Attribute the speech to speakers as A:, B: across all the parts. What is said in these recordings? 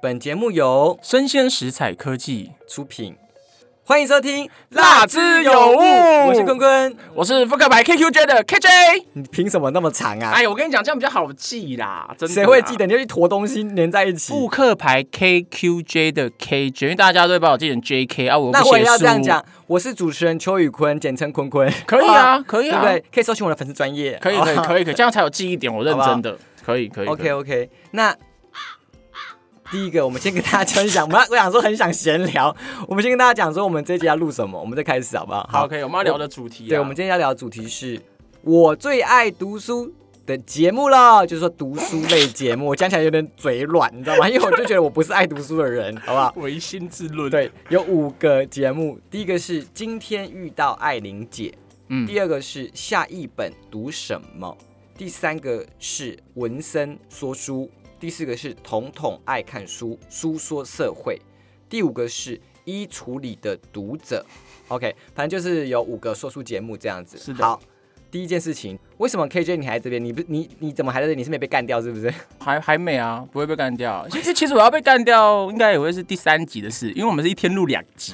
A: 本节目由
B: 生鲜食材科技，
A: 出品，欢迎收听《
B: 辣之有物
A: 我是坤坤。
B: 我是扑克牌 QQJ 的 KJ。
A: 你凭什么那么长啊？
B: 哎，我跟你讲，这样比较好记啦，真的。啊
A: 谁会记？得？你就去坨东西粘在一起。
B: 扑克牌 KQJ 的 KJ，因为大家都会把我记成 JK 啊，我
A: 那
B: 不
A: 我也
B: 写
A: 要
B: 书。
A: 这样讲，我是主持人邱宇坤，简称坤坤。
B: 可以啊，可以
A: 对
B: 啊，
A: 不对？可以搜寻我的粉丝专业。
B: 可以，可以，可以，可以，这样才有记忆点。我认
A: 好不好
B: 真的，可以，可以。可以
A: OK OK，那第一个，我们先跟大家分享，我们要我想说很想闲聊，我们先跟大家讲说我们这集要录什么，我们再开始好不好？
B: 好，可以。我们要聊的主题啊，
A: 对，我们今天要聊的主题是我最爱读书的节目了，就是说读书类节目。我讲起来有点嘴软，你知道吗？因为我就觉得我不是爱读书的人，好不好？
B: 唯心之论。
A: 对，有五个节目，第一个是今天遇到艾琳姐，
B: 嗯
A: 第二个是下一本读什么，第三个是文森说书，第四个是统统爱看书，书说社会，第五个是衣橱里的读者。OK，反正就是有五个说书节目这样子。
B: 是的
A: 好，第一件事情，为什么 KJ 你还在这边？你不你你怎么还在这里？你是没被干掉是不是？
B: 还还没啊，不会被干掉。其实其实我要被干掉，应该也会是第三集的事，因为我们是一天录两集。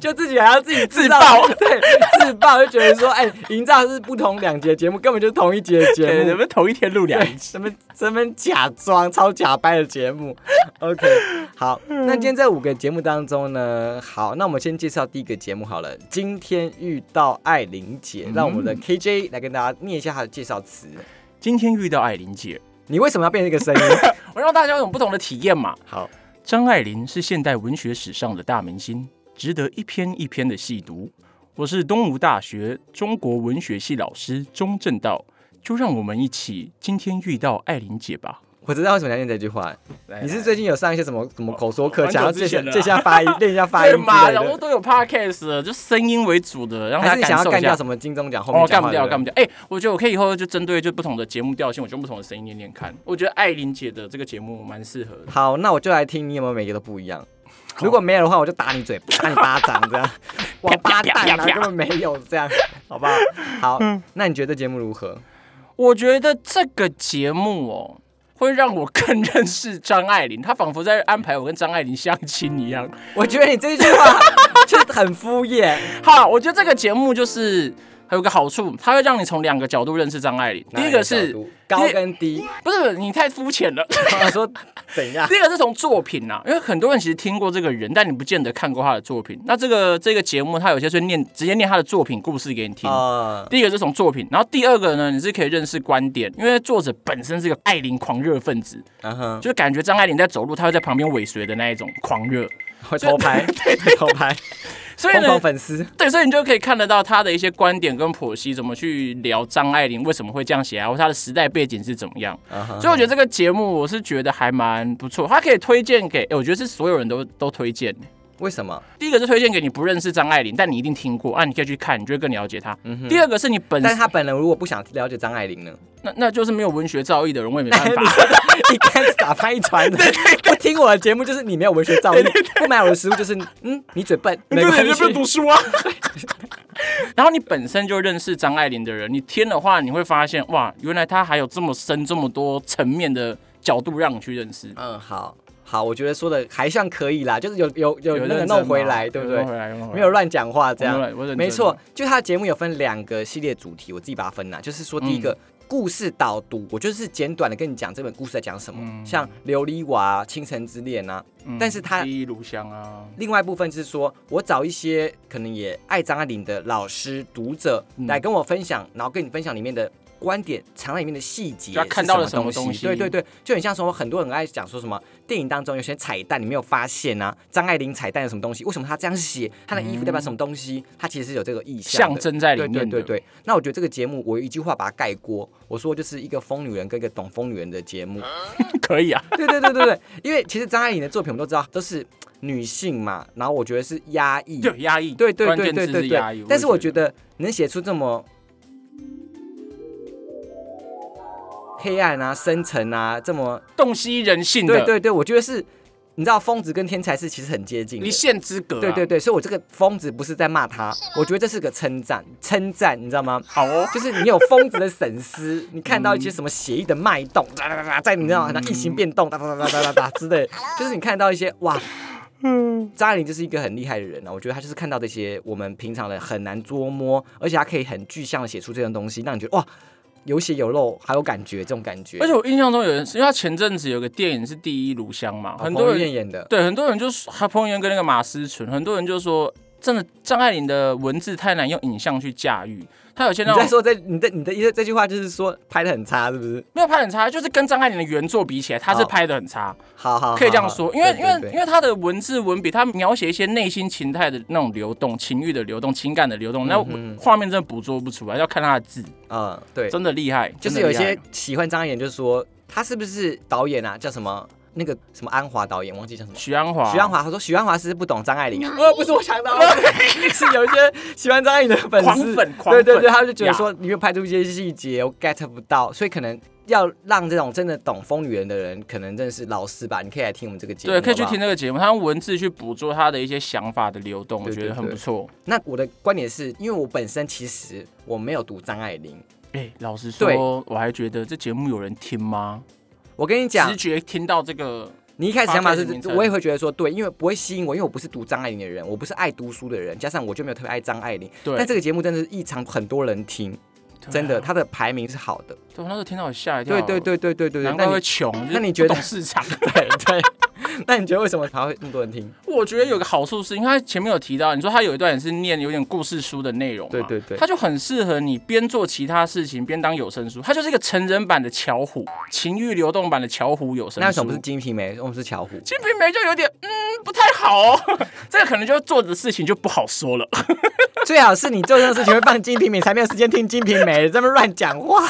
A: 就自己还要自己制造
B: 自爆
A: 对，自爆就觉得说，哎、营造是不同两节节目，根本就是同一节节
B: 对，我
A: 目，
B: 们同一天录两集。
A: 什么什么假装超假掰的节目。OK，好， 那今天这五个节目当中呢，好，那我们先介绍第一个节目好了。今天遇到艾琳姐，让我们的
B: 嗯
A: KJ 来跟大家念一下她的介绍词。
B: 今天遇到艾琳姐，
A: 你为什么要变成这个声 音？
B: 我让大家有种不同的体验嘛。
A: 好，
B: 张爱玲是现代文学史上的大明星，值得一篇一篇的细读。我是东吴大学中国文学系老师钟正道，就让我们一起今天遇到艾琳姐吧。
A: 我知道为什么要念这句话。你是最近有上一些什么什么口说课，
B: 蛮久
A: 想要
B: 之
A: 借
B: 前的啊
A: 借一下发音，练一下发音
B: 对
A: 之
B: 嘛？
A: 类
B: 然后
A: 的。
B: 都有 podcast，了就声音为主的，让
A: 还
B: 大
A: 是你
B: 家
A: 想要
B: 感受
A: 干
B: 一
A: 掉
B: 下。
A: 什么金钟奖后面
B: 哦，
A: 讲
B: 干
A: 话
B: 不掉，
A: 对对
B: 干不掉！哎、我觉得我可以以后就针对就不同的节目调性，我就用不同的声音念念看。我觉得艾琳姐的这个节目蛮适合的。
A: 好，那我就来听你有没有每个都不一样。如果没有的话，我就打你嘴，打你巴掌这 样。王八蛋啊，
B: 啪啪啪啪
A: 根本没有这样，好不好？好，
B: 嗯
A: 那你觉得节目如何？
B: 我觉得这个节目哦，会让我更认识张爱玲，她仿佛在安排我跟张爱玲相亲一样。
A: 我觉得你这句话 就是很敷衍。
B: 好，我觉得这个节目就是还有个好处，它会让你从两个角度认识张爱玲。 第一个
A: 哪
B: 是
A: 角度高跟低，
B: 不是你太肤浅了？
A: 我说怎 样？
B: 第一个是从作品啊，因为很多人其实听过这个人，但你不见得看过他的作品。那这个这个节目，它有些是念直接念他的作品故事给你听。
A: 啊，
B: 第一个是从作品，然后第二个呢，你是可以认识观点，因为作者本身是个爱玲狂热分子，
A: 嗯哼，
B: 就是感觉张爱玲在走路，她会在旁边尾随的那一种狂热，
A: 会偷拍，偷拍，
B: 所以
A: 疯狂
B: 呢，
A: 粉丝。
B: 对，所以你就可以看得到她的一些观点跟剖析，怎么去聊张爱玲为什么会这样写啊，或她的时代背景是怎么样。
A: 嗯哼
B: 所以我觉得这个节目我是觉得还蛮不错，它可以推荐给，诶我觉得是所有人都都推荐。
A: 为什么？
B: 第一个是推荐给你不认识张爱玲，但你一定听过啊，你可以去看，你就会更了解她。第二个是你本
A: 嗯但是
B: 身，
A: 他本人如果不想了解张爱玲呢？
B: 那那就是没有文学造诣的人，我也没办法
A: 哎你。说的 你刚才打翻一船 的。不听我的节目就是你没有文学造诣，不买我的食物就是嗯你嘴笨，没关系。
B: 书啊。 然后你本身就认识张爱玲的人，你听的话，你会发现哇，原来她还有这么深、这么多层面的角度让你去认识。
A: 嗯，好好，我觉得说的还算可以啦，就是有有有那个
B: 认真吗
A: 弄回来，对不
B: 有
A: 对
B: 弄？回来，有弄回来
A: 没有乱讲话这
B: 我
A: 样
B: 认，我认真啊
A: 没错。就他的节目有分两个系列主题，我自己把它分了，就是说第一个。
B: 嗯
A: 故事导读，我就是简短的跟你讲这本故事在讲什么，
B: 嗯
A: 像《琉璃娃》啊《倾城之恋》啊。
B: 嗯
A: 但是她
B: 第一炉香啊，
A: 另外一部分是说，我找一些可能也爱张爱玲的老师、读者
B: 嗯
A: 来跟我分享，然后跟你分享里面的观点，藏在里面的细节，
B: 就他看到了
A: 什么
B: 什么东西
A: 对对对，就很像说很多人爱讲说什么电影当中有些彩蛋你没有发现啊，张爱玲彩蛋有什么东西？为什么她这样写？她的衣服代表什么东西？她其实是有这个意象的
B: 象征在里
A: 对
B: 面
A: 对
B: 的。
A: 对对，那我觉得这个节目，我有一句话把它盖锅，我说就是一个疯女人跟一个懂疯女人的节目。
B: 可以啊。
A: 对对对对对，因为其实张爱玲的作品我们都知道都是女性嘛，然后我觉得是压抑，
B: 对压抑，
A: 对对
B: 关
A: 对
B: 键
A: 对
B: 字
A: 对
B: 是压抑
A: 对。。但是我觉
B: 得，
A: 得能写出这么黑暗啊、深沉啊，这么啊
B: 洞悉人性的，
A: 对对对，我觉得是你知道疯子跟天才是其实很接近的
C: 一。线之隔、啊。
A: 对对，对，所以我这个疯子不是在骂他，我觉得这是个称赞，称赞，你知道吗？
C: 好哦，
A: 就是你有疯子的省思，你看到一些什么协议的脉动，哒哒哒哒，在你知道那异形变动，哒哒哒哒哒哒哒之类的，就是你看到一些哇，嗯，张爱玲就是一个很厉害的人啊，我觉得她就是看到这些我们平常人很难捉摸，而且她可以很具象的写出这种东西，让你觉得哇，有血有肉，还有感觉，这种感觉。
B: 而且我印象中有人，因为他前阵子有个电影是《第一炉香》嘛，
A: 啊
B: 很
A: 彭
B: 多
A: 于
B: 人
A: 晏演的，
B: 对很多人就说，他彭于晏跟那个马思纯，很多人就说，真的张爱玲的文字太难用影像去驾驭，他有些
A: 你
B: 那
A: 在
B: 种
A: 说这你的你的这这句话就是说拍的很差，是不是？
B: 没有拍得很差，就是跟张爱玲的原作比起来，他是
A: 好
B: 拍的很差。
A: 好好，好
B: 可以这样
A: 好
B: 说，因为
A: 啊对
B: 因
A: 对
B: 为
A: 对
B: 因为他的文字文笔，他描写一些内心情态的那种流动、情欲的流动、情感的流动，那
A: 嗯哼
B: 画面真的捕捉不出来，要看他的字，
A: 嗯，对，
B: 真的厉害。
A: 就是
B: 真的
A: 有一
B: 厉害
A: 些喜欢张爱玲，就是说他是不是导演啊？叫什么那个什么安华导演，忘记叫什么。
B: 许鞍华，
A: 许鞍华，他说许鞍华是不懂张爱玲 啊，呃，不是我想的哦，是有一些喜欢张爱玲的粉丝，
B: 狂粉狂
A: 对对
B: 粉
A: 对，他就觉得说你又拍出一些细节，我 get 不到，所以可能要让这种真的懂疯女人的人，可能真的是老师吧，你可以来听我们这个节目，
B: 对，可以去
A: 好不好
B: 听这个节目，他用文字去捕捉他的一些想法的流动，我
A: 对
B: 觉得
A: 对
B: 很
A: 对
B: 不错。
A: 那我的观点是，因为我本身其实我没有读张爱玲，
B: 哎，老实
A: 对
B: 说，我还觉得这节目有人听吗？
A: 我跟你讲
B: 直，觉听到这个，
A: 你一开始想法
B: Podcast 名
A: 是，
B: 称
A: 我也会觉得说对，因为不会吸引我，因为我不是读张爱玲的人，我不是爱读书的人，加上我就没有特别爱张爱玲。
B: 对，
A: 但这个节目真的是异常很多人听，
B: 对啊
A: 真的，，它的排名是好的。
B: 对，我那时候听到我吓一跳，
A: 对对，对对对对对，
B: 难
A: 那
B: 怪
A: 你
B: 会穷，就是
A: 你觉得
B: 不懂市场？
A: 对对，那你觉得为什么它会那么多人听？
B: 我觉得有个好处是，因为他前面有提到，你说他有一段也是念有点故事书的内容嘛，
A: 对对对
B: 他就很适合你边做其他事情边当有声书，他就是一个成人版的巧虎，情欲流动版的巧虎有声
A: 那为什
B: 书。
A: 么不是《金瓶梅》，我们是巧虎？
B: 金瓶梅就有点嗯不太好哦， 这个可能就做的事情就不好说了。
A: 最好是你做这种事情会放《金瓶梅》，才没有时间听《金瓶梅》，这么乱讲话。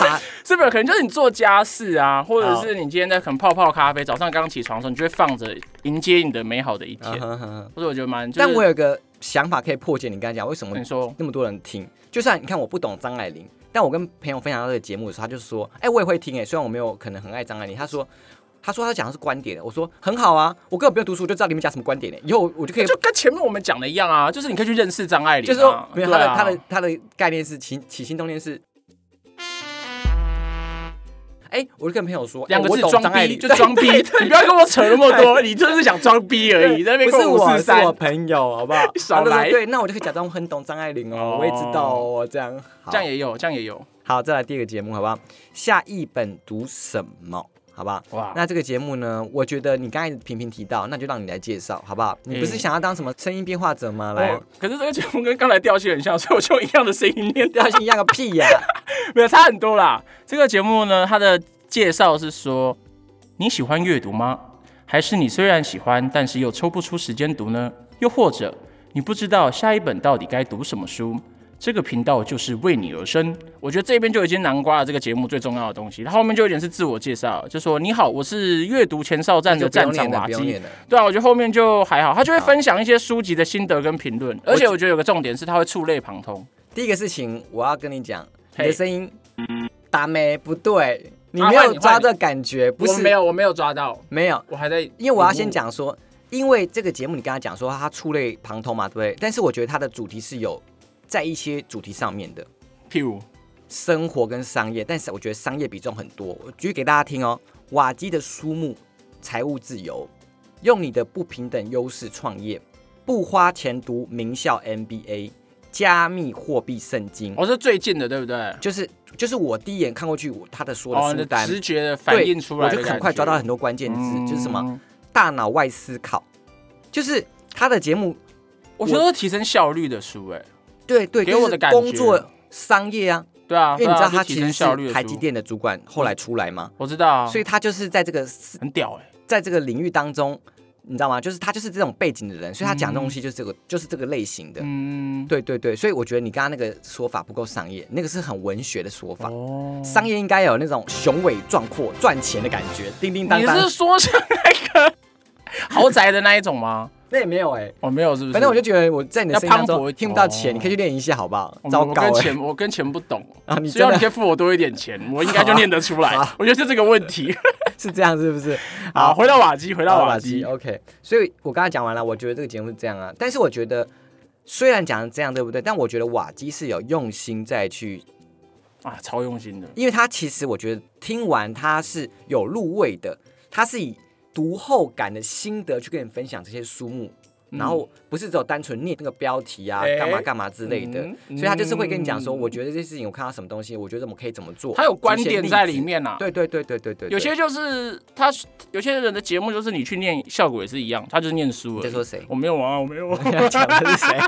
B: 是不是？可能就是你做家事啊，或者
A: 好
B: 是你今天在可能泡泡咖啡，早上刚起床的时候，你就会放着迎接你的美好的一天。
A: 嗯哼哼哼
B: 或者我觉得蛮，就是、
A: 但我有个想法可以破解你刚才讲为什么
B: 你说
A: 那么多人听，就算你看我不懂张爱玲，但我跟朋友分享到这个节目的时候，他就说：“哎、我也会听哎、虽然我没有可能很爱张爱玲。”他说：“他说他讲的是观点。”我说：“很好啊，我根本不用读书，我就知道你们讲什么观点、欸、以后我就可以
B: 就跟前面我们讲的一样啊，就是你可以去认识张爱玲、啊，
A: 就是说，没有他
B: 对
A: 的、
B: 啊
A: 他的他的概念是起起心动念是。”哎、我就跟朋友说，哎
B: 两个
A: 我
B: 字
A: 懂
B: 装
A: 张爱
B: 逼
A: 玲
B: 就装逼，
A: 对
B: 你
A: 对
B: 不要跟我扯那么多，你真的是想装逼而已，在那边
A: 不
B: 跟
A: 是
B: 五
A: 我，
B: 四
A: 是
B: 三？
A: 我，朋友，好不好
B: 少
A: 他就说
B: 来
A: 对，那我就可以假装很懂张爱玲
B: 哦
A: 哦，我也知道哦，这样。好
B: 这样也有，这样也有，
A: 好，再来第二个节目，好不好？下一本读什么？好不好？
B: 哇
A: 那这个节目呢，我觉得你刚才频频提到，那就让你来介绍，好不好？你不是
B: 嗯
A: 想要当什么声音变化者吗？来
B: 我，哦可是这个节目跟刚才调性很像，所以我就用一样的声音念，
A: 调性一样个屁 呀、
B: 没有差很多啦。这个节目呢，它的介绍是说，你喜欢阅读吗？还是你虽然喜欢，但是又抽不出时间读呢？又或者你不知道下一本到底该读什么书？这个频道就是为你而生。我觉得这边就已经南瓜了这个节目最重要的东西，它后面就有点是自我介绍，就说你好，我是阅读前哨站
A: 就
B: 的
A: 不用
B: 战
A: 念
B: 场
A: 了，
B: 瓦
A: 不用
B: 基
A: 念。了。
B: 对啊，我觉得后面就还好，他就会分享一些书籍的心得跟评
A: 哦
B: 论，而且我觉得有个重点是他会触类旁通。
A: 第一个事情，我要跟你讲，
B: 嘿
A: 你的声音打没不对，你没
B: 啊换
A: 有
B: 你
A: 抓
B: 换你
A: 这感觉，不
B: 我
A: 是
B: 没有，我没有抓到，
A: 没有，
B: 我还在，
A: 因为我要先，讲说，因为这个节目你刚才讲说它触类旁通嘛，对不对？但是我觉得它的主题是有在一些主题上面的，
B: 譬如
A: 生活跟商业，但是我觉得商业比重很多。我举给大家听哦，瓦基的书目《财务自由》，用你的不平等优势创业，不花钱读名校 MBA，加密货币圣经，
B: 我、是最近的，对不对？
A: 就是就是我第一眼看过去，我他的说
B: 哦，
A: 的
B: 你
A: 书
B: 的
A: 单，
B: 直觉的
A: 对
B: 反映出来
A: 我
B: 的
A: 就
B: 感
A: 很快
B: 觉
A: 抓到很多关键字，就是什么
B: 嗯？
A: 大脑外思考，就是他的节目
B: 我觉得都是提升效率的书、哎，
A: 对对，
B: 给
A: 就是
B: 我的感觉
A: 工作商业啊，
B: 对啊，
A: 因为你知
B: 对
A: 道
B: 啊
A: 他
B: 就
A: 其
B: 提升
A: 实
B: 效率
A: 是
B: 的
A: 台积
B: 书，
A: 电的主管，后来出来嘛，
B: 我知道啊，
A: 所以啊他就是在这个
B: 很屌哎、
A: 在这个领域当中，你知道吗？就是他就是这种背景的人，所以他讲的东西就是这个、就是这个类型的。
B: 嗯，
A: 对对对，所以我觉得你刚刚那个说法不够商业，那个是很文学的说法。
B: 哦，
A: 商业应该有那种雄伟壮阔、赚钱的感觉，叮叮当
B: 你
A: 当。
B: 是说像那个豪宅的那一种吗？
A: 那也没有哎、
B: 哦，没有，是不是？
A: 反正我就觉得我在你的
B: 要
A: 声音当
B: 磅礴
A: 中
B: 一点
A: 听不到钱，
B: 哦
A: 你可以去练一下好不好
B: 我？
A: 糟
B: 我
A: 糕
B: 跟
A: 哎、
B: 钱我跟钱不懂，
A: 啊！你
B: 只要
A: 真
B: 你可以
A: 的
B: 付我多一点钱，我应该就念得出来
A: 好啊。
B: 我觉得是这个问题。
A: 是这样是不是？
B: 好，回到瓦基，回到
A: 到
B: 瓦
A: 瓦
B: 基
A: 基。，OK。所以我刚才讲完了，我觉得这个节目是这样啊，但是我觉得虽然讲成这样对不对？但我觉得瓦基是有用心在去，
B: 啊，超用心的。
A: 因为他其实我觉得听完他是有入味的，他是以读后感的心得去跟你分享这些书目。
B: 嗯
A: 然后不是只有单纯念那个标题啊，
B: 哎
A: 干嘛干嘛之类的，所
B: 嗯
A: 以他就是会跟你讲说，
B: 嗯
A: 我觉得这件事情我看到什么东西，我觉得我们可以怎么做，
B: 他有观
A: 这些
B: 点
A: 例
B: 在
A: 子
B: 里。面呐、啊。
A: 对对对对对对，
B: 有些就是他，有些人的节目就是你去念，效果也是一样，他就是念书
A: 你
B: 了。
A: 在说谁？
B: 我没有啊，我没有 啊、
A: 我要讲的是谁？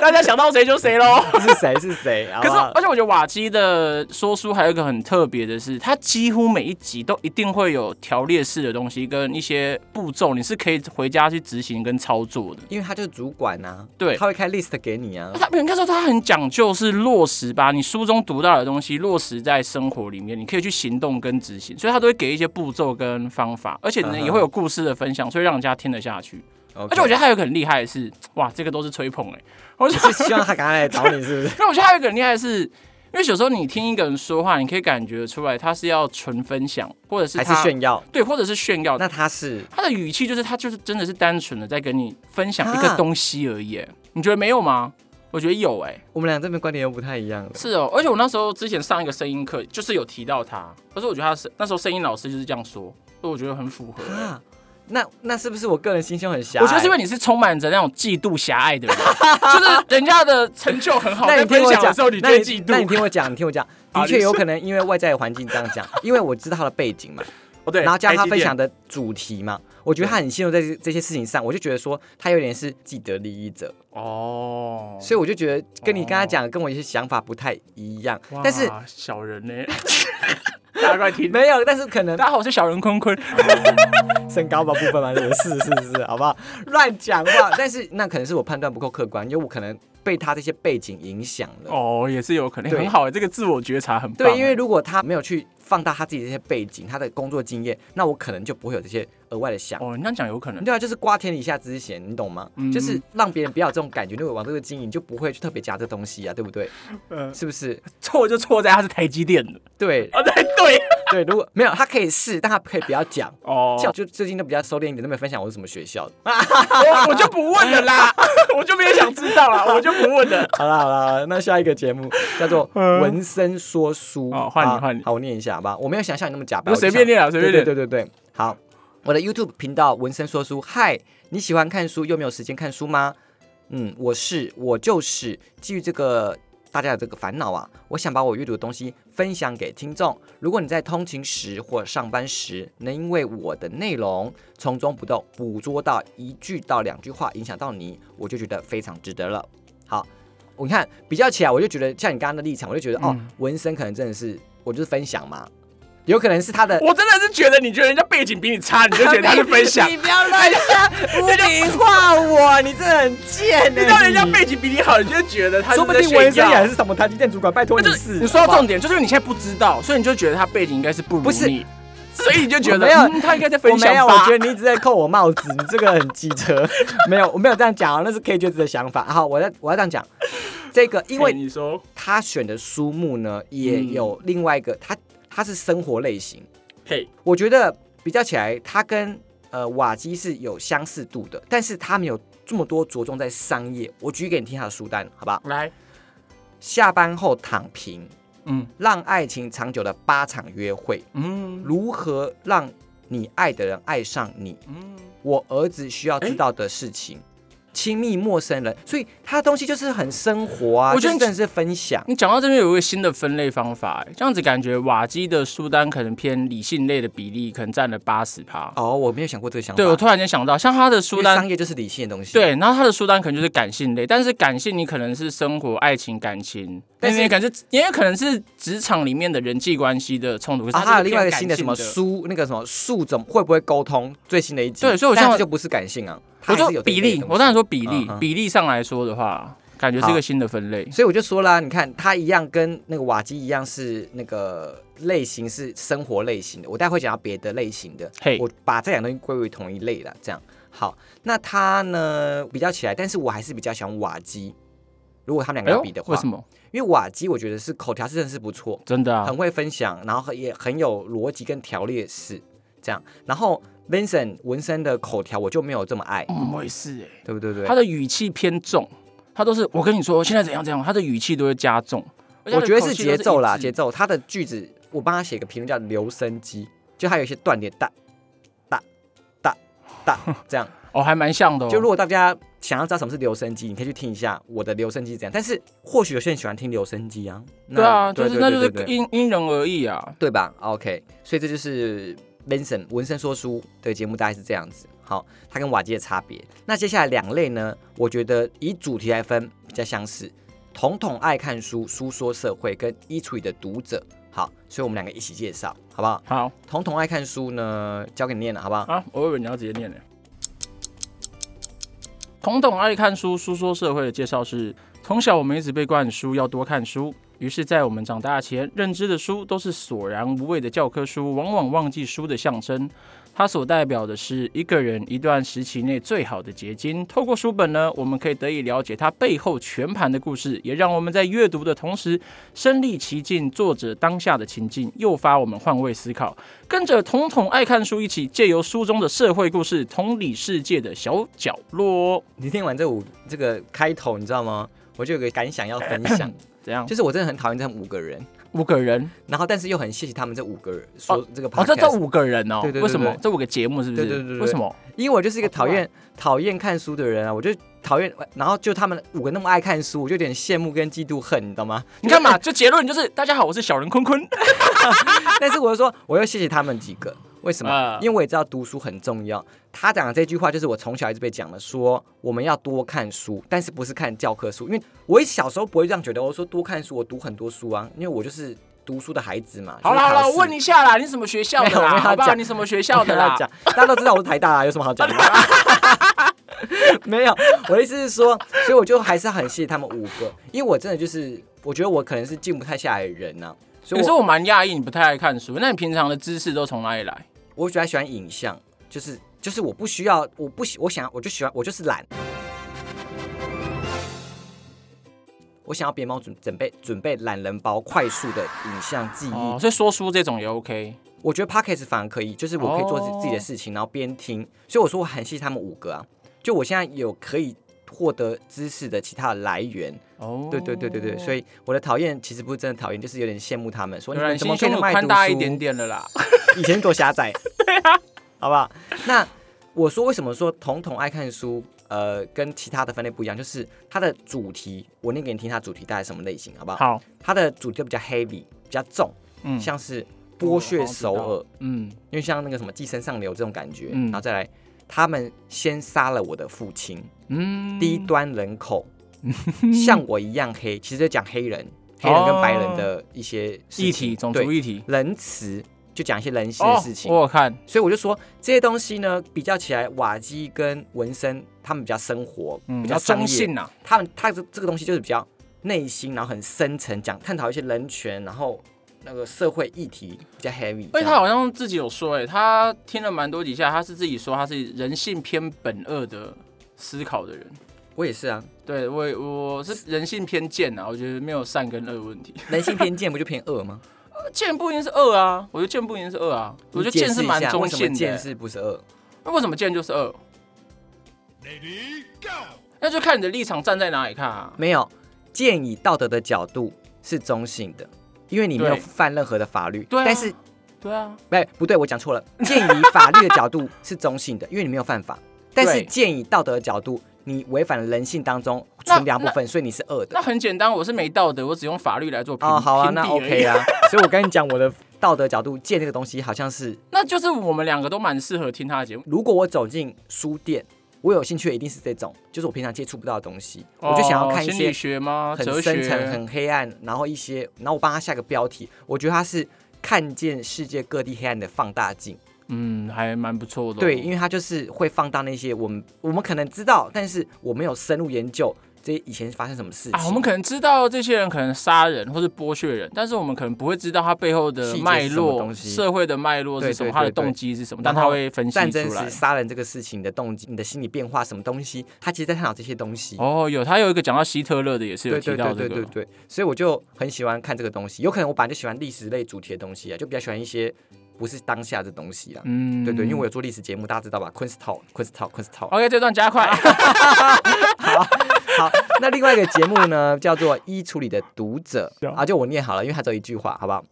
B: 大家想到谁就谁 喽。
A: 是谁？是谁？
B: 可是，
A: 好不好啊
B: 而且我觉得瓦基的说书还有一个很特别的是，他几乎每一集都一定会有条列式的东西跟一些步骤，你是可以回家去执行跟操作的。
A: 因为他就是主管呐、
B: 对
A: 他会开 list 给你 啊。
B: 他应该说他很讲究是落实吧，你书中读到的东西落实在生活里面，你可以去行动跟执行，所以他都会给一些步骤跟方法，而且呢
A: 嗯哼
B: 也会有故事的分享，所以让人家听得下去。
A: 而
B: 而且我觉得还有一个很厉害的是，哇，这个都是吹捧哎、我觉得，
A: 是希望他赶快来找你， 是不是？
B: 那我觉得还有一个很厉害的是，因为有时候你听一个人说话，你可以感觉出来他是要纯分享，或者是
A: 还
B: 他哦
A: 是炫耀？
B: 对，或者是炫耀。
A: 那他是
B: 他的语气就是他就是真的是单纯的在跟你分享一个
A: 啊
B: 东西而已、哎你觉得没有吗？我觉得有哎、
A: 我们俩这边观点又不太一样了。
B: 是哦，而且我那时候之前上一个声音课，就是有提到他，可是我觉得他是那时候声音老师就是这样说，所以我觉得很符合、欸
A: 啊，那那是不是我个人心胸很狭隘？
B: 我觉得是因为你是充满着那种嫉妒狭隘的人，就是人家的成就很好，
A: 那
B: 在
A: 你听
B: 分
A: 我
B: 享
A: 讲
B: 的时候你
A: 那
B: 就会
A: 你
B: 嫉
A: 那你
B: 妒。
A: 听我讲，你听我讲，
B: 好
A: 的确
B: 你
A: 有
B: 说
A: 可能因为外在环境这样 讲，因为我知道他的背景嘛，
B: 哦，对，
A: 然后加上他
B: 台积
A: 分
B: 电
A: 享的主题嘛，我觉得他很陷入在这这些事情上，我就觉得说他有点是既得利益者，
B: 哦，
A: 所以我就觉得跟你刚
B: 哦
A: 才讲的跟我一些想法不太一样，
B: 哇
A: 但是
B: 小人呢、大家快听。
A: 没有，但是可能
B: 大家好，我是小人坤坤。
A: 身高吧部分嘛，是不是是是是，好不好？乱讲话，但是那可能是我判断不够客观，因为我可能被他这些背景影响了。
B: 哦，也是有可能，
A: 对
B: 很好、欸，这个自我觉察很棒、
A: 对，因为如果他没有去放大他自己这些背景，他的工作经验，那我可能就不会有这些额外的想法。
B: 哦，你这样讲有可能。
A: 对啊，就是瓜田李下之嫌，你懂吗？
B: 嗯
A: 就是让别人不要有这种感觉，因为往这个经营，你就不会去特别加这东西啊，对不 对？
B: 嗯
A: 是不是？
B: 错就错在他是台积电的。
A: 哦对
B: 啊，对对。
A: 对，如果没有，他可以试，但他可以不要讲。
B: 哦
A: 像我就最近都比较收敛一点，都没有分享我是什么学校的。
B: 我我就不问了 啦，我就没有想知道了，我就不问了。
A: 好啦好啦，那下一个节目叫 做《闻声说书》。
B: 嗯哦换你
A: 啊
B: 换你
A: 好，我念一下好吧？我没有想象 你那么假白，我
B: 那
A: 就
B: 随便念啊，随
A: 想
B: 便
A: 对对
B: 念。
A: 对对对，好。我的 YouTube 频道“闻声说书”，嗨，你喜欢看书又没有时间看书吗？嗯，我是我就是基于这个大家的这个烦恼啊，我想把我阅读的东西分享给听众。如果你在通勤时或上班时，能因为我的内容从中不动捕捉到一句到两句话影响到你，我就觉得非常值得了。好，我看比较起来，我就觉得像你刚刚的立场，我就觉得、哦
B: 嗯，
A: 文生可能真的是我就是分享嘛，有可能是他的。
B: 我真的是觉得，你觉得人家背景比你差，你就觉得他是分享
A: 你；不要乱加污名化我，你真的很贱呢、
B: 你知道人家背景比你好，你就觉得他是
A: 说不
B: 在
A: 定文
B: 炫
A: 生也
B: 耀。
A: 是什么台积电主管，拜托
B: 那
A: 你
B: 就是
A: 是。
B: 你说
A: 好
B: 到
A: 不好
B: 重点，就是你现在不知道，所以你就觉得他背景应该是不如
A: 不是
B: 你，所以你就觉
A: 我
B: 得
A: 没有
B: 嗯他应该在分
A: 我没
B: 享
A: 有，我
B: 吧哎
A: 觉。得你一直在扣我帽子，你这个很机 车。没有，我没有这样讲啊，那是 K 君子的想法。好，我要我要这样讲，这个因
B: 嘿
A: 为
B: 你说
A: 他选的书目呢，也
B: 嗯
A: 有另外一个，他他是生活类型，
B: 嘿，
A: 我觉得比较起来，他跟呃瓦基是有相似度的，但是他没有这么多着重在商业。我举给你听他的书单，好不好？
B: 来，
A: 下班后躺平，
B: 嗯
A: 让爱情长久的八场约会，
B: 嗯
A: 如何让你爱的人爱上你？
B: 嗯，
A: 我儿子需要知道的事情，亲密陌生人，所以他的东西就是很生活啊，
B: 我觉得
A: 就是
B: 嗯
A: 真的是分享。
B: 你讲到这边有一个新的分类方法，欸这样子感觉瓦基的书单可能偏理性类的比例可能占了八十趴。
A: 哦，我没有想过这个想法。
B: 对我突然间想到，像他的
A: 因
B: 书
A: 为
B: 单
A: 商业就是理性的东西。，啊
B: 对，然后他的书单可能就是感性类，但是感性你可能是生活、爱情、感情，
A: 但
B: 但是
A: 是
B: 也可能是也有可能是职场里面的人际关系的冲突。可是
A: 然
B: 它
A: 后啊还有
B: 是
A: 另外一
B: 偏
A: 个新
B: 感
A: 的什
B: 性
A: 么书，那个什么树怎么会不会沟通？最新的一集。
B: 对所以我
A: 但
B: 像
A: 这就不是感性啊，它还
B: 我
A: 是有这
B: 说比
A: 一类
B: 例
A: 的，东
B: 我当然
A: 西。
B: 说比例
A: 嗯，嗯
B: 比例上来说的话，感觉是一
A: 好
B: 个新的分类。
A: 所以我就说啦，你看他一样跟那个瓦基一样是那个类型是生活类型的，我待会讲到别的类型的
B: 嘿
A: 我把这两东西归为同一类了。这样好，那它呢比较起来，但是我还是比较喜欢瓦基。如果他们两个要比的话，
B: 哎为什么？
A: 因为瓦基我觉得是口条是真的是不错，
B: 真的啊
A: 很，会分享，然后很也很有逻辑跟条列式这样。然后 Vincent 文森的口条我就没有这么爱，
B: 嗯，我也是哎、
A: 对不对？对不
B: 他
A: 对，
B: 的语气偏重，他都是我跟你说现在怎样怎样，他的语气都会加重。而且他
A: 我
B: 的
A: 觉得
B: 口
A: 是
B: 气
A: 节
B: 都
A: 奏啦，
B: 一致
A: 节奏。他的句子我帮他写个评论叫留声机，就他有一些断点，哒哒哒哒这 样。
B: 哦，还蛮像的、哦。
A: 就如果大家想要知道什么是留声机，你可以去听一下我的留声机是怎样。但是或许有些人喜欢听留声机啊，那
B: 对啊，就是
A: 对
B: 那
A: 对
B: 就是
A: 对对
B: 因因人而异啊。
A: 对吧？OK，所以这就是 Vincent 文森说书的节目大概是这样子。好，它跟瓦基的差别。那接下来两类呢？我觉得以主题来分比较相似。统统爱看书，书说社会跟衣橱里的读者。好，所以我们两个一起介绍，好不好？
B: 好
A: 统统爱看书呢，交给你念了，好不好？
B: 啊，我以为你要直接念呢。孔董爱看书，书说社会的介绍是：从小我们一直被灌输要多看书，于是，在我们长大前，认知的书都是索然无味的教科书，往往忘记书的象征。它所代表的是一个人一段时期内最好的结晶。透过书本呢，我们可以得以了解它背后全盘的故事，也让我们在阅读的同时身临其境作者当下的情境，诱发我们换位思考。跟着统统爱看书一起，借由书中的社会故事，同理世界的小角落。
A: 你听完这五这个开头，你知道吗？我就有个感想要分 享，
B: 怎样？
A: 就是我真的很讨厌这五个人，
B: 五个人
A: 然后但但是又很谢谢他们这五个人说这个 podcast，、
B: 哦，这这五个人哦，
A: 对对对
B: 为什么
A: 对
B: 这五个节目是不是？
A: 对对对对
B: 为什么？
A: 因为我就是一个讨厌讨厌看书的人啊，我就讨厌，然后就他们五个那么爱看书，我就有点羡慕跟嫉妒恨，你懂吗？
B: 你看嘛，就结论就是大家好，我是小人坤坤。
A: 但是我又说，我又谢谢他们几个，为什么？
B: 啊
A: 因为我也知道读书很重要。他讲的这句话就是我从小一直被讲的，说我们要多看书，但是不是看教科书，因为我一小时候不会这样觉得，我说多看书，我读很多书啊，因为我就是读书的孩子嘛。
B: 好啦 好啦，我问
A: 你
B: 你一下啦，你什么学校的
A: 没有我没
B: 啦？
A: 有
B: 好不好？
A: 讲
B: 你什么学校的啦？
A: 讲，大家都知道我是台 大啊，有什么好讲的？没有，我的意思是说，所以我就还是很谢谢他们五个，因为我真的就是，我觉得我可能是静不太下来的人呐、所以
B: 你
A: 我
B: 说我蛮讶异，你不太爱看书，那你平常的知识都从哪里来？
A: 我比较喜欢影像，就是就是我不需要，我不喜，我想我就喜欢，我就是懒。我想要别人帮我准准备准备懒人包，快速的影像记忆。
B: 哦，所以说书这种也 OK。
A: 我觉得 p o c k e t 反而可以，就是我可以做自
B: 哦
A: 自己的事情，然后边听。所以我说我很谢谢他们五个啊，就我现在有可以获得知识的其他的来源。
B: 哦，
A: 对对对对对，所
B: 以
A: 以我的讨厌其实不是真的讨厌，就是有点羡慕他们，说
B: 有
A: 你们
B: 人
A: 怎么
B: 心
A: 可以那
B: 胸有
A: 么爱
B: 宽
A: 读
B: 大一
A: 书
B: 点点了啦。
A: 以前多狭 窄，对啊，好不好？那我说为什么说统统爱看书，呃，跟其他的分类不一样，就是它的主题，我念给你听，它主题大概什么类型，好不好？
B: 好，
A: 它的主题都比较 heavy，比较重，
B: 嗯哦
A: 像是剥削首
B: 我好像
A: 尔，
B: 嗯，
A: 因为像那个什么寄生上流这种感觉，
B: 嗯
A: 然后再来，他们先杀了我的父亲，
B: 嗯，
A: 低端人 口。像我一样黑，其实就讲黑人、黑人跟白人的一些事情
B: 议题，哦种
A: 对
B: 族议题
A: 仁慈，就讲一些人性的事情。
B: 哦、我有看，
A: 所以我就说这些东西呢，比较起来，瓦基跟纹身他们比较生活，
B: 嗯，
A: 比
B: 比
A: 较
B: 较
A: 商业。
B: 中性呐、
A: 他们他这这个东西就是比较内心，然后很深层，讲探讨一些人权，然后那个社会议题比较 heavy 这
B: 而且哎他
A: 样。
B: 好像自己有说、欸，哎，他听了蛮多集下，他是自己说他是人性偏本恶的思考的人。
A: 我也是啊，
B: 对我也，我是人性偏贱啊，我觉得没有善跟恶问题。
A: 人性偏见不就偏恶吗？
B: 贱不一定是恶啊，我觉得贱不一定是恶啊， 我觉得
A: 你解
B: 贱
A: 释
B: 是
A: 一
B: 蛮
A: 下
B: 中
A: 为什
B: 性
A: 么
B: 的、
A: 贱
B: 欸。
A: 是不是恶？
B: 那为什么贱就是恶？
C: Ready, go!
B: 那就看你的立场站在哪里看啊。
A: 没有，建以道德的角度是中性的，因为你没有
B: 对
A: 犯任何的法律。
B: 对啊
A: 但是
B: 对啊，
A: 不对，不对，我讲错了。 建议法律的角度是中性的，因为你没有犯法；但是
B: 对
A: 建议道德的角度，你违反了人性当中
B: 那
A: 纯良部分，所以你是恶的
B: 那。很简单，我是没道德，我只用法律来做评。
A: 哦，好啊，
B: 评
A: 那
B: 比而已
A: OK 啊。 所以我跟你讲，我的道德角度，建这个东西好像是，
B: 那就是我们两个都蛮适合听他的节目。
A: 如果我走进书店，我有兴趣的一定是这种，就是我平常接触不到的东西，我就想要看一
B: 哦心
A: 些
B: 理学吗？
A: 很
B: 哲
A: 深
B: 学、
A: 层、很黑暗，然后一些，然后我帮他下个标题，我觉得他是看见世界各地黑暗的放大镜。
B: 嗯，还蛮不错的哦、
A: 对，因为它就是会放大那些我们我们可能知道，但是我没有深入研究，这以前发生什么事情。
B: 啊，我们可能知道这些人可能杀人或是剥削人，但是我们可能不会知道他背后的
A: 细节
B: 脉
A: 是什么
B: 络、
A: 东西
B: 社会的脉络是什
A: 对对
B: 么，
A: 对
B: 他的动机是什么，但
A: 然后
B: 他会分析
A: 战争
B: 出来
A: 时。杀人这个事情的动机、你的心理变化什么东西，他其实在探讨这些东西。
B: 哦，有他有一个讲到希特勒的，也是有
A: 对
B: 提
A: 对
B: 到
A: 对对
B: 这个哦
A: 对对，所以我就很喜欢看这个东西。有可能我本来就喜欢历史类主题的东西啊，就比较喜欢一些不是当下的东西啊。
B: 嗯
A: 对对，因为我有做历史节目，大家知道吧 q u i z Talk、q u i z Talk、q u i z Talk。
B: OK 这段加快，
A: 好，那另外一个节目呢，叫做《衣橱里的读者》啊，就我念好了，因为它只有一句话，好不好？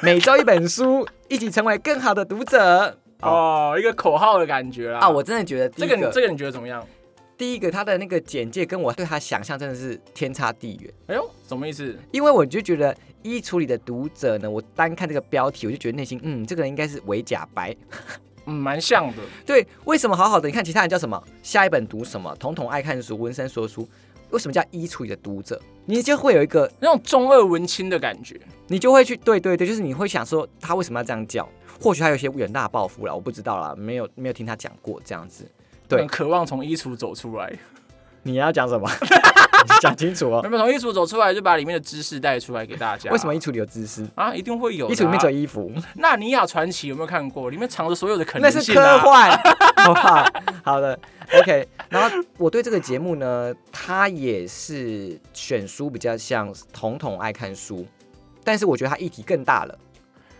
A: 每周一本书，一起成为更好的读者。好
B: 哦，一个口号的感觉啦。
A: 啊，我真的觉得第
B: 这
A: 一
B: 个
A: 个
B: 你这个你觉得怎么样？
A: 第一个他的那个简介跟我对他想象真的是天差地远，
B: 哎呦，什么意思？
A: 因为我就觉得衣橱里的读者呢，我单看这个标题我就觉得内心嗯，这个人应该是伪假白，
B: 嗯，蛮像的。
A: 对，为什么好好的？你看其他人叫什么？下一本读什么？统统爱看书，文山说书。为什么叫衣橱里的读者？你就会有一个，
B: 那种中二文青的感觉，
A: 你就会去，对对对，就是你会想说他为什么要这样叫？或许他有一些远大抱负了，我不知道啦，没有没有听他讲过这样子。对
B: 很渴望从衣橱走出来。
A: 你要讲 什么？讲清楚 哦。
B: 有没有从衣橱走出来，就把里面的知识带出来给大家？
A: 为什么衣橱里有知识？
B: 啊？一定会有的啊。
A: 衣橱里面只有衣服，
B: 纳尼亚传奇有没有看过？里面藏着所有的可
A: 那
B: 能
A: 是
B: 性、
A: 科
B: 啊。
A: 幻， 好不好？好的，OK。然后我对这个节目呢，它也是选书比较像彤彤爱看书，但是我觉得它议题更大了，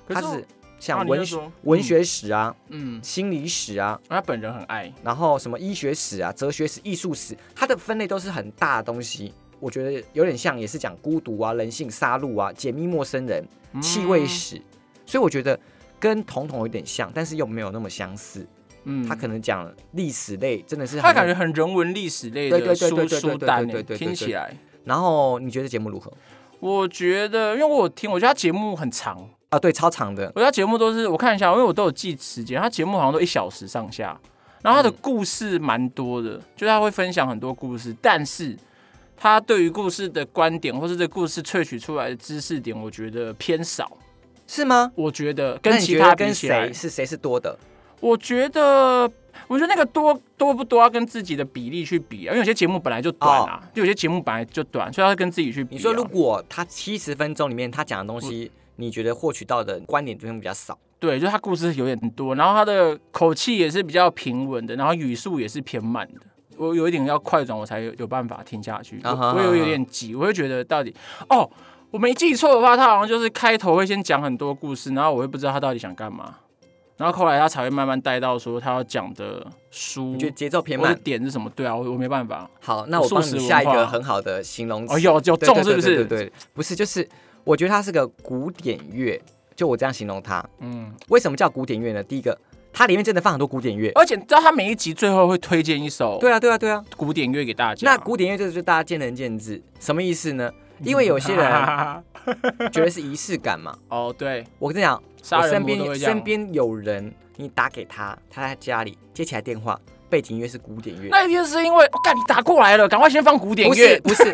A: 它
B: 可是我
A: 啊是像
B: 你
A: 文
B: 就
A: 学、
B: 说
A: 文学史啊、
B: 嗯，
A: 心理史啊，
B: 他本人很爱。
A: 然后什么医学史啊、哲学史、艺术史，它的分类都是很大的东西。我觉得有点像，也是讲孤独啊、人性、杀戮啊、解密陌生人、
B: 嗯
A: 气味史，所以我觉得跟彤彤有点像，但是又没有那么相似。
B: 嗯
A: 他可能讲历史类真的是很
B: 他感觉，很人文历史类
A: 对对
B: 的
A: 对
B: 书
A: 对对对
B: 书
A: 对对
B: 单
A: 对
B: 欸，
A: 对对对
B: 听起来，
A: 然后你觉得节目如何
B: 我觉得，因为我有听，我觉得他节目很长，
A: 啊？对，超长的，
B: 我觉得他节目都是我看一下，因为我都有记时间，他节目好像都一小时上下，然后他的
A: 嗯
B: 故事蛮多的，就是他会分享很多故事，但是他对于故事的观点或是这故事萃取出来的知识点，我觉得偏少。
A: 是吗？
B: 我觉得
A: 那
B: 跟
A: 你
B: 其
A: 觉得
B: 他比
A: 跟
B: 起来
A: 谁，是谁是多的？
B: 我觉得，我觉得那个多多不多要跟自己的比例去比啊，因为有些节目本来就短啊，就有些节目本来就短，所以要跟自己去比、啊。
A: 哦你说如果他七十分钟里面他讲的东
B: 嗯
A: 西，你觉得获取到的观点这边比较少，
B: 对，就是他故事有点多，然后他的口气也是比较平稳的，然后语速也是偏慢的。我有一点要快转，我才有有办法听下去。
A: 啊哈
B: 我我有
A: 啊哈
B: 有点急，我会觉得到底哦，我没记错的话，他好像就是开头会先讲很多故事，然后我会不知道他到底想干嘛，然后后来他才会慢慢带到说他要讲的书
A: 你觉得节奏偏
B: 嗯我的
A: 慢？
B: 点是什么？对啊，我我没办法。
A: 好，那
B: 我
A: 我帮
B: 素食
A: 你
B: 文
A: 下一
B: 化
A: 个很好的形容词。
B: 哦，有
A: 嗯
B: 有
A: 对
B: 中
A: 对
B: 是不
A: 对
B: 是？
A: 对对，对不是，就是我觉得它是个古典乐，就我这样形容它。
B: 嗯。
A: 为什么叫古典乐呢？第一个，它里面真的放很多古典乐。
B: 而且你知道他每一集最后会推荐一首
A: 对啊，对啊，对啊。
B: 古典乐给大家。
A: 那古典乐就是大家见仁见智，什么意思 呢？因为有些人
B: 人
A: 觉得是仪式感嘛。
B: 哦，对，
A: 我跟你讲，
B: 杀
A: 我
B: 人
A: 身
B: 魔都
A: 边
B: 会这样
A: 身。边有人，你打给他，他在家里接起来电话，背景音乐是古典乐，
B: 那一定是因为我干、你打过来了，赶快先放 古典
A: 不
B: 乐
A: 是，不 是，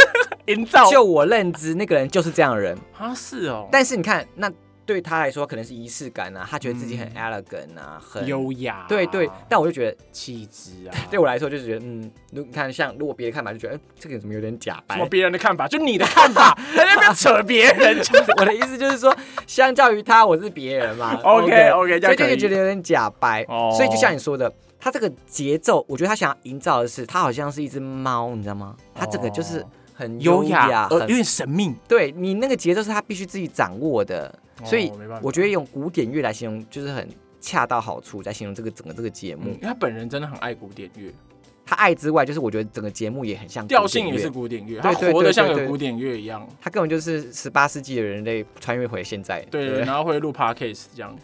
B: 营造
A: 就我认知，那个人就是这样的人。
B: 啊是哦，
A: 但是你看，那对他来说可能是仪式感啊，他觉得自己很
B: 嗯
A: elegant 啊，很
B: 优雅，
A: 对对，但我就觉得，嗯
B: 气质啊，
A: 对我来说就是觉得，嗯，如你看，像如果别人看法就觉得，嗯，这个人怎么有点假
B: 什
A: 白
B: 么？别人的看法，就你的看 法，在那边扯别人。
A: 我的意思 就是说，相较于他，我是别人 嘛。
B: OK OK，这
A: 所以
B: 样
A: 就
B: 可
A: 会
B: 以。
A: 觉得有点假白。
B: 哦
A: 所以就像你说的，他这个节奏，我觉得他想要营造的是，他好像是一只猫，你知道吗？他这个就是
B: 哦
A: 很
B: 优
A: 雅，
B: 雅，呃，
A: 很
B: 有点神秘。
A: 对你那个节奏是他必须自己掌握的。
B: 哦
A: 所以
B: 没办法
A: 我觉得用古典乐来形容，就是很恰到好处，来形容这个整个这个节
B: 嗯，
A: 目
B: 因。为他本人真的很爱古典乐，
A: 嗯他爱之外，就是我觉得整个节目也很像古典
B: 调性也是
A: 乐。
B: 古典乐，他
A: 对对
B: 活得
A: 对
B: 像
A: 对
B: 个
A: 对
B: 古典乐一样。
A: 他根本就是十八世纪的人类穿越回现在，
B: 对
A: 不
B: 对，然后会录 podcast 这样。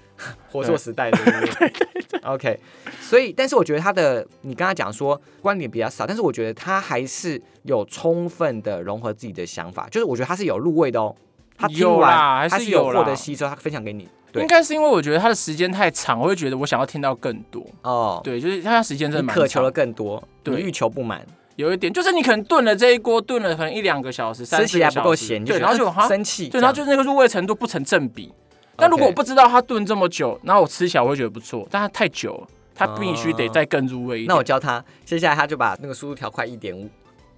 A: 活作时代，对不 对？OK，所以，但是我觉得他的，你刚才讲说观点比较少，但是我觉得他还是有充分的融合自己的想法，就是我觉得他是有入味的哦。他听
B: 有啦还
A: 完，
B: 是
A: 他是有
B: 有啦
A: 获得吸收，他分享给你。对
B: 应该是因为我觉得他的时间太长，我会觉得我想要听到更多。
A: 哦，
B: 对，就是他的时间真的
A: 你
B: 蛮
A: 渴求
B: 长
A: 的，更多，你
B: 对
A: 欲求不满，
B: 有一点就是你可能炖了这一锅，炖了可能一两个小时，三
A: 吃
B: 四
A: 起
B: 个
A: 来
B: 小时
A: 不够咸，你觉
B: 对，
A: 得
B: 然后就
A: 呃
B: 好像
A: 生气，
B: 对，然后
A: 这
B: 就
A: 样
B: 是那个入味程度不成正比。但如果我不知道他炖这么久，然后我吃起来我会觉得不错，但它太久了，它必须得再更入味一点。
A: 哦 那我教他，接下来他就把那个速度调快一点五，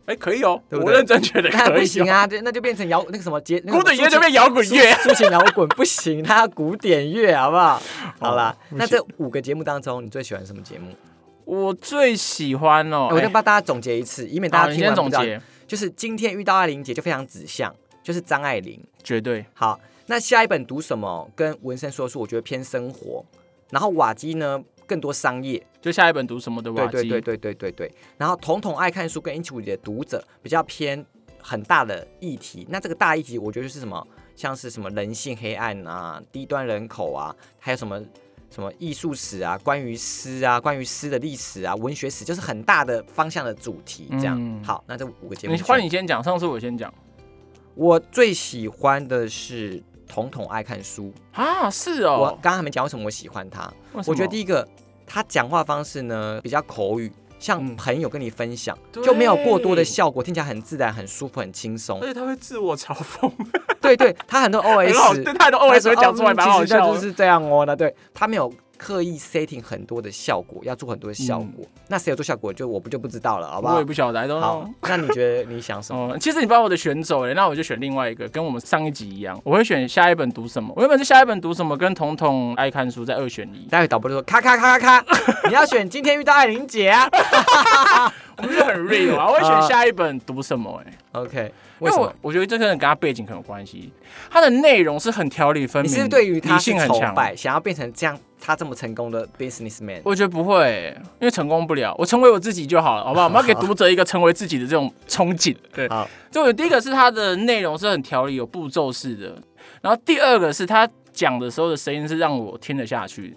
B: 哎，可以哦，
A: 对不
B: 我
A: 对
B: 认真觉 得
A: 那
B: 可以、
A: 不
B: 哦。
A: 行啊，这那就变成摇那个什么节，那个
B: 古典
A: 抒
B: 乐就
A: 情
B: 变摇滚乐，
A: 抒抒情摇滚不行，它要古典乐好不好？好啦，
B: 哦不
A: 那这五个节目当中，你最喜欢什么节目？
B: 我最喜欢哦，
A: 哎我
B: 哎
A: 就帮大家总结一次，以免大
B: 好
A: 家
B: 你
A: 听完
B: 先
A: 不
B: 总
A: 知道。
B: 结，
A: 就是今天遇到艾琳姐就非常指向，就是张爱玲。
B: 绝对
A: 好，那下一本读什么？跟文生说书，我觉得偏生活。然后瓦基呢，更多商业。
B: 就下一本读什么的
A: 对
B: 瓦基，
A: 对对对对对对。然后统统爱看书跟一起五里的读者比较偏很大的议题。那这个大议题，我觉得就是什么，像是什么人性黑暗啊、低端人口啊，还有什么。什么艺术史啊，关于诗啊，关于诗的历史啊，文学史，就是很大的方向的主题。这样、
B: 嗯
A: 好，那这五个节目
B: 你
A: 选，
B: 换你先讲，上次我先讲
A: 我最喜欢的是彤彤爱看书。
B: 啊，是
A: 我
B: 哦，
A: 刚刚还没讲为什么我喜欢他。
B: 为什
A: 我觉得
B: 么
A: 第一个，他讲话方式呢比较口语，像
B: 嗯
A: 朋友跟你分享，
B: 对
A: 就没有过多的效果，听起来很自然、很舒服、很轻松
B: 而。且他会自我嘲讽，
A: 对对，他很多
B: 很好，对
A: OS，
B: 他的
A: 他
B: OS
A: 说
B: 会讲出来，
A: 嗯
B: 蛮好
A: 其实
B: 笑
A: 就
B: 的。
A: 是这样哦。那对他没有刻意 setting 很多的效果，要做很多的效果。那谁有做效果，就我不就不知道了，好不
B: 嗯我
A: 好
B: 也？不晓得，I don't
A: 好
B: know。，
A: 那你觉得你想什么？
B: 哦，其实你把我的选走了，那我就选另外一个，跟我们上一集一样，我会选下一本读什么。我原本是下一本读什么，跟彤彤爱看书在二选一，
A: 待会导播就说咔咔咔 咔咔，你要选今天遇到艾琳姐啊。
B: 我们就很 real 啊，我会选下一本读什么、哎，
A: OK，
B: 因
A: 为什么
B: 我？我觉得这可能跟他背景很有关系，他的内容是很条理分
A: 你
B: 明，
A: 是不是对于他
B: 理
A: 是
B: 性很
A: 崇
B: 强。啊
A: 拜，想要变成这样他这么成功的 businessman？
B: 我觉得不会、因为成功不了，我成为我自己就好了，好不好？我们要给读者一个成为自己的这种憧憬。对，
A: 好
B: 就我觉得第一个是它的内容是很条理、有步骤式的，然后第二个是他讲的时候的声音是让我听得下去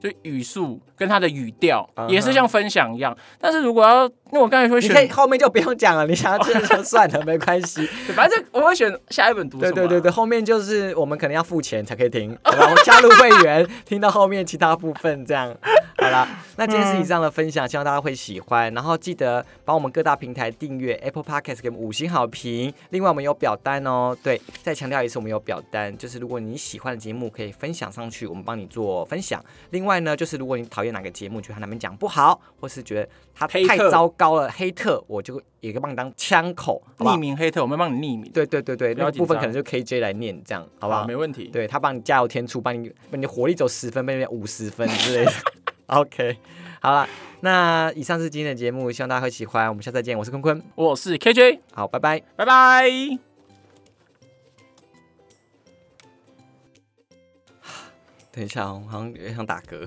B: 的，就语速跟他的语调
A: 嗯哼
B: 也是像分享一样。但是如果要，那我刚才会
A: 你可以
B: 选，
A: 后面就不用讲了，你想要这样就算了，没关系。
B: 反正我会选下一本读什么、啊
A: 对对对对，，后面就是我们可能要付钱才可以听，好吧？我加入会员，听到后面其他部分这样。好啦，那今天是以上的分享，希望大家会喜欢。然后记得帮我们各大平台订阅 Apple Podcast，给我们五星好评。另外我们有表单哦，对，再强调一次，我们有表单，就是如果你喜欢的节目可以分享上去，我们帮你做分享。另外呢，就是如果你讨厌哪个节目，觉得他那边讲不好，或是觉得他
B: 黑
A: 太
B: 特
A: 糟糕了，黑特，我就也可以帮你当枪口，好不好
B: 匿名黑特，我们帮你匿名，
A: 对对对对，
B: 不
A: 那
B: 要
A: 个
B: 紧
A: 部分
B: 张
A: 可能就 KJ 来念这样，好不好
B: 没？问题。
A: 对他帮你加油添醋，帮你把你的火力走十分，被人五十分之类的。OK，好 了，那以上是今天的节目，希望大家会喜欢，我们下次再见，我是坤坤，
B: 我是 KJ，
A: 好，拜拜。
B: 拜拜。
A: 等一下哦，我好像有点想打嗝。